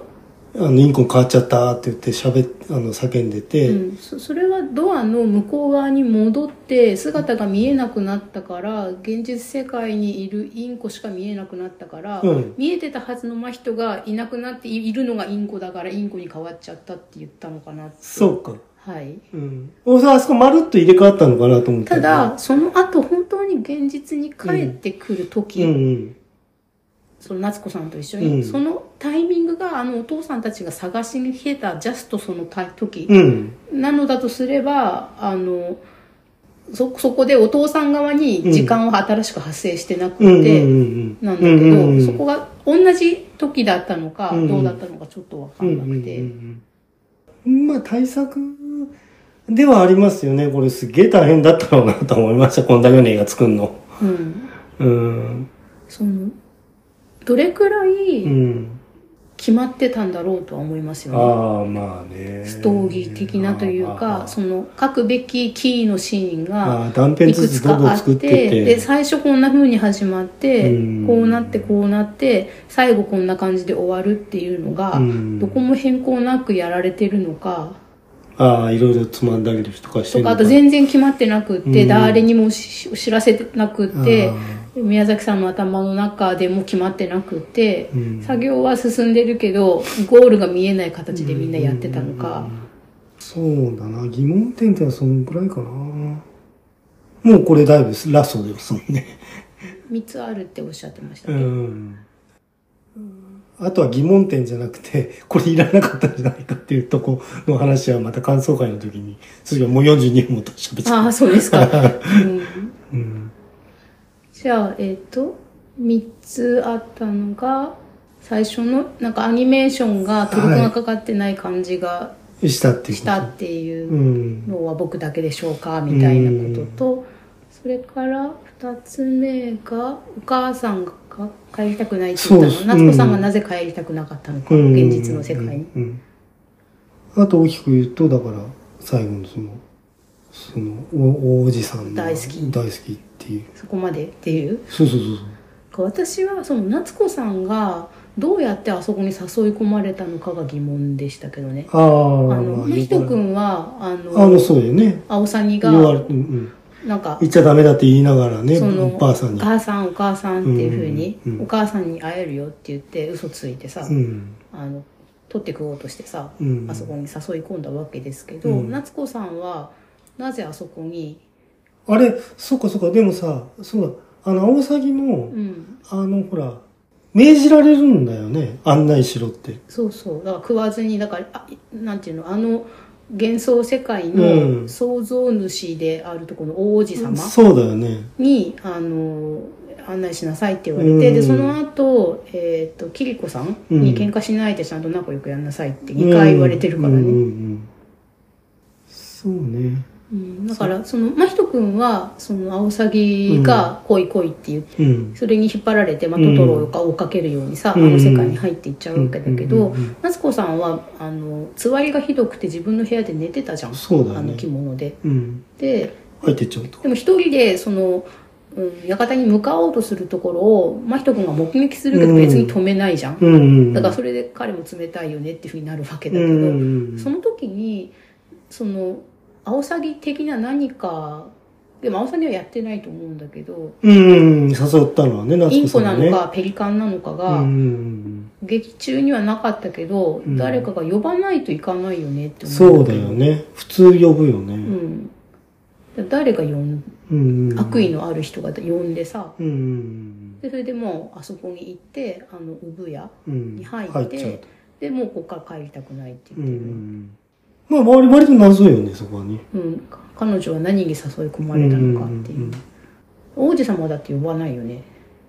あの、インコに変わっちゃったって言って喋っ、あの、叫んでて、
うん、そそれはドアの向こう側に戻って姿が見えなくなったから現実世界にいるインコしか見えなくなったから、
うん
見えてたはずの真人がいなくなっていいるのがインコだからインコに変わっちゃったって言ったのかなって
そうか。
はい
うん。俺さ、あそこまるっと入れ替わったのかなと思った
た
けど
だ、その後本当に現実に帰ってくる時、
うんうん。
その夏子さんと一緒に、
うん
そのタイミングがあのお父さんたちが探しに来てたジャストそのタイ時、
うん。
なのだとすれば、あの、そ、そこでお父さん側に時間は新しく発生してなくて、
うんうんうんうん。
なんだけど、
うんうんうん
そこが同じ時だったのか、
うんうん
どうだったのかちょっとわかんなくて、
うんうんうんまあ対策ではありますよね。これすげえ大変だったろうなと思いました。こんだけの映画作るの。
うん
うん。
その、どれくら
う
い
ん。
決まってたんだろうとは思いますよね。
ああ、まあね。
ストーリー的なというか、そ
の
の書くべきキーのシーンが、
ああ、断片
い
ず
く
つ
つ
ど
か
んど
あ
ん
って
作ってて。
で最初こんな風に始まって、
うん
こうなってこうなって最後こんな感じで終わるっていうのが、
うん
どこも変更なくやられてるのか
ああ、いろいろつまんだりとかして
と
る
か
の
あと全然決まってなくって、
うん
誰にもし知らせてなくって
あ。
宮崎さんの頭の中でも決まってなくて、
うん
作業は進んでるけどゴールが見えない形でみんなやってたのか、
そうだな。疑問点ってのはそのくらいかな。もうこれだいぶラスト ですもんね。
3つあるっておっしゃってました
う
けど、
ん。あとは疑問点じゃなくて、これいらなかったんじゃないかっていうとこの話はまた感想会の時に、次はもう42分もと喋っちゃう。
ああ、そうですか。うん
うん。
じゃあ、えっ、と、3つあったのが、最初の、なんかアニメーションが、トルコがかかってない感じが
したっていうこ
し
と。。
たっていううんのは僕だけでしょうか、みたいなことと、それから2つ目が、お母さんが帰りたくないって言った
そう
の。夏子さんがなぜ帰りたくなかったのか、
うん
現実の世界に。
うん。あと大きく言うと、だから、最後のその、その、お王子さんの
大好き
大好きっていう。
そこまでっていう。
そうそうそうそう。
私はその夏子さんがどうやってあそこに誘い込まれたのかが疑問でしたけどね。
あ
あ
あ、よ
の、ひ
くあ
と
る
くんは、あの、
あの、そうだよね。
アオサギが
言、われうんうん。
なんか、
言っちゃダメだって言いながらね、
その、
おばあさん
お
に。
母さん、お母さんっていうふうに、
うんうんうん
お母さんに会えるよって言って嘘ついてさ、
うん。
あの、取って食おうとしてさ、
うん。
あそこに誘い込んだわけですけど、
うん
夏子さんは、なぜあそこに、
あれ、そっかそっか、でもさ、そうだ、あの、アオサギの
う、ん、
あの、ほら、命じられるんだよね、案内しろって。
そうそう、だから食わずに、だから、あなんていうの、あの、幻想世界
う
の
ん
創造主であるとこの大王子様、
そうだよね。
にあの案内しなさいって言われて、
うん
でその後、えー、とキリコさん
うん
に喧嘩しないでちゃんと仲良くやんなさいって2回言われてるからね、
う
うん
うん
ん
うんそうね。
だからその真人君はそのアオサギが「来い来い」って言って、
うん。
それに引っ張られて、まあ、トトロが追っかけるようにさ、
うん
あの世界に入っていっちゃうわけだけど、
うんうんうんうん
夏子さんはあのつわりがひどくて自分の部屋で寝てたじゃん、
そうだよ
あ
ね
の着物で。
うん。
で
入ってっちゃうと。
でも一人でその、うん、館に向かおうとするところを真人君が目撃するけど別に止めないじゃん、
うんうん。
だからそれで彼も冷たいよねっていうふうになるわけだ
う
けど、
んうんうん。
その時にそのアオサギ的な何かでもアオサギはやってないと思うんだけど、
うんうん、誘ったのはね、夏子
インコ
さ
なん
ね。
のかペリカンなのかが、
うんうん
劇中にはなかったけど、
ん
誰かが呼ばないといかないよねって
うん。
思
そううだよね。普通呼ぶよ
う
ね。
ん誰が呼ん
うんうん。
悪意のある人が呼んでさ、
うんうん
でそれでもうあそこに行ってあの産屋
うん。うん。
に入って
っちゃうと。
でもうここから帰りたくないって
う
言
ん
っ
うんう
てる、うん
ん。まあ、割割と謎よね、そこはね。
か彼女は何に誘い込まれたのかっていう,、
うんうんうん
王子様だって呼ばないよね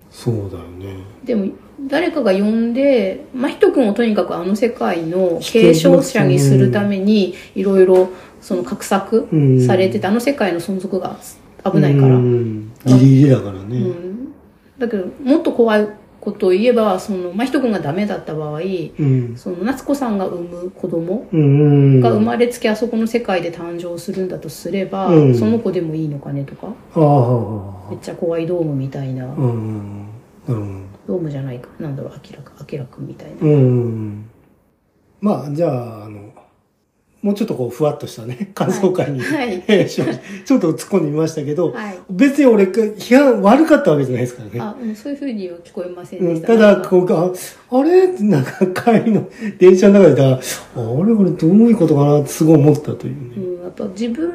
そうだよね。
でも誰かが呼んで真人君をとにかくあの世界の継承者にするためにいろいろその画策
うん
されてて、あの世界の存続が危ないから、
うんギリギリだからね。
うんだけどもっと怖いことを言えばその真人君がダメだった場合
うん。
その夏子さんが産む子供
うん。
が生まれつきあそこの世界で誕生するんだとすれば、
うん
その子でもいいのかねと
あ
か
あ
めっ。ちゃ怖いドームみたいな、
うん。なるほど。
ドームじゃないかなんだろう明らか明らかみたいな、
うん。まあ、じゃあ、あの、もうちょっとこう、ふわっとしたね、感想会に、
はい
しましたちょっと突っ込んでみましたけど、
はい
別に俺、批判悪かったわけじゃないですからね。
あうんそういうふうには聞こえません
う
で
ん
した、
ただ、
なんか
こう、ああれってなんか帰りの電車の中でだから、あれこれどういうことかなってすごい思ったというね。
うん、やっぱ自分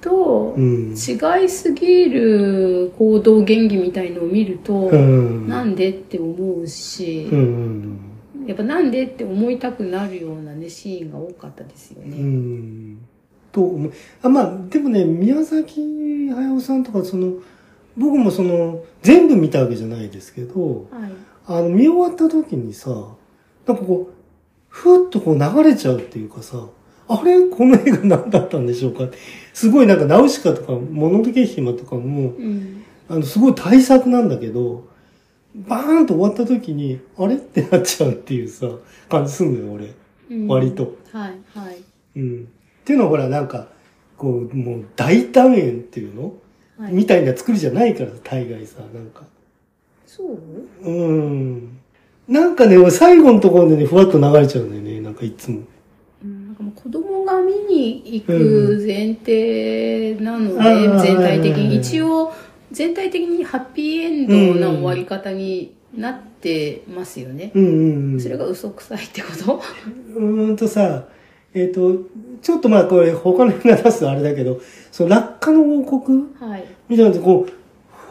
と
うん。
違いすぎる行動原理みたいのを見ると、
うん。
なんでって思うし
う、ん。
やっぱなんでって思いたくなるようなねシーンが多かったですよ
う
ね、
んと思うあまあでもね宮崎駿さんとかその僕もその全部見たわけじゃないですけど
はい
あの見終わった時にさなんかこうふっとこう流れちゃうっていうかさあれこの映画何だったんでしょうかすごいなんかナウシカとかもののけ姫とかも
うん、
あのすごい大作なんだけどバーンと終わった時にあれってなっちゃうっていうさ感じすんのよ俺。
うん
割と
はいはい
うんっていうのはほらなんかこうもう大団円っていうの、
はい
みたいな作りじゃないから大概さなんか
そう
うんなんかね俺最後のところでねふわっと流れちゃうんだよねなんかいつも
うんなんかもう子供が見に行く前提なので、
うん
全体的
あー
に一応全体的にハッピーエンドな終わり方になってますよね、
うんうんうん
それが嘘くさいってこと
うーんとさえっ、とちょっとまあこれ他の映画出すとあれだけどその落下の王国
はい
みたいなのってこう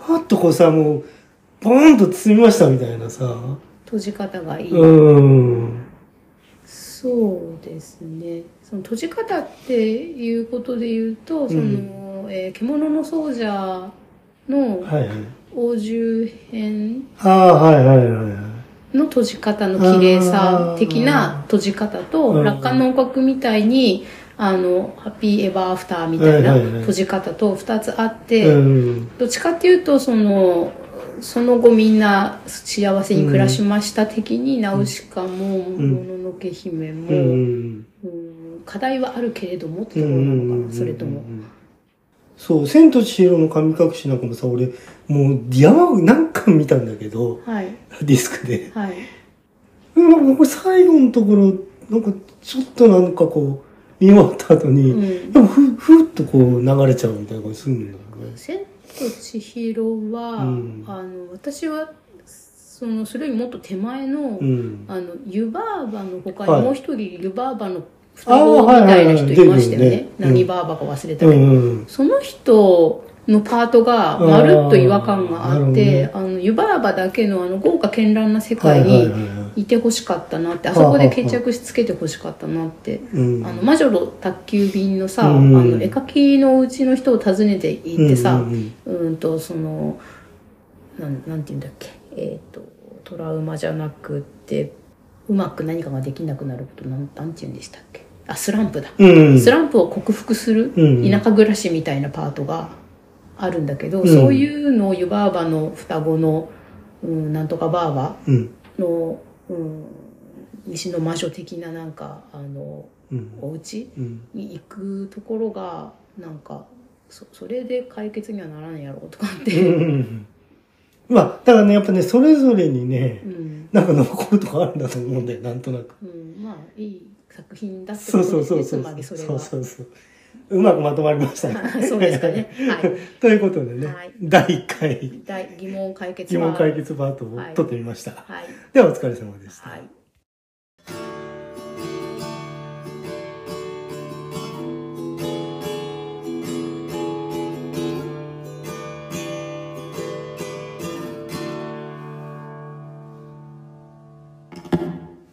ふわっとこうさもうボーンと包みましたみたいなさ
閉じ方がいい、
うん。
そうですねその閉じ方っていうことで言うとその、えー獣の奏者の
はいはい。
王獣編
ああ、はいはいはいはい。
の閉じ方の綺麗さ的な閉じ方
う
と、
ん
楽観の捕獲みたいに、あの、ハッピーエバーアフターみたいな
はいはいはい
閉じ方と二つあっ
う
て、
ん。
どっちかっていうと、その、その後みんな幸せに暮らしました的に、ナウシカも、
ん
もののけ姫も、
う
うん
ん。
課題はあるけれどもって
う
ところなの
ん
かな、それとも。。
そう、千と千尋の神隠しなんかもさ、俺、もう山、何回見たんだけど、
はい、
ディスクで。
はい。
うんなんかこれ最後のところ、なんかちょっとなんかこう、見終わった後に、
うん
でもふ、ふっとこう流れちゃうみたいな感じするんだよね。
千と千尋は、
うん
あの私はそのそれよりもっと手前の、
うん。
あの湯婆婆の他
はい
にもう一人湯婆婆の双子みたいな人いましたよ
あーはいはいはい出るよね
ね何婆婆か忘れたけ
う
ど、
ん。
その人のパートがまるっと違和感があって
あ
あの湯婆婆だけのあの豪華絢爛な世
はい
界
はい
に
はいはい
いてほしかったなってあそこで決着しつけてほしかったなって。
うん。
あの魔女の宅急便のさ、
うん
あの絵描きのうちの人を訪ねて行ってさ、
うんうんうん
うーんとそのなんなんて言うんだっけえっ、とトラウマじゃなくてうまく何かができなくなることなんなんて言うんでしたっけあスランプだ、
うん。
スランプを克服する
うん
田舎暮らしみたいなパートがあるんだけど、
うん
そういうのを湯婆婆の双子の、うん、なんとかばあば
うん。
の、うん、西の魔女的ななんかあの
うん。
お家
うん。
に行くところがなんかそそれで解決にはならんやろうとかっ
うんうん
て、
うん。まあ、だからね、やっぱね、それぞれにね
う、ん
なんか残るとこあるんだと思うんだよ、なんとなく。
うん、まあいい作品だってこ
そうそ
と
う
です
そうそ
ねつ
う。
まりそれは
そうそうそう。うまくまとまりましたね。
そうですかねはい
ということでね、
はい
第1回
大疑問解決
疑
は
問解決パートを
はい
撮ってみました。
はい
ではお疲れ様でした。
はい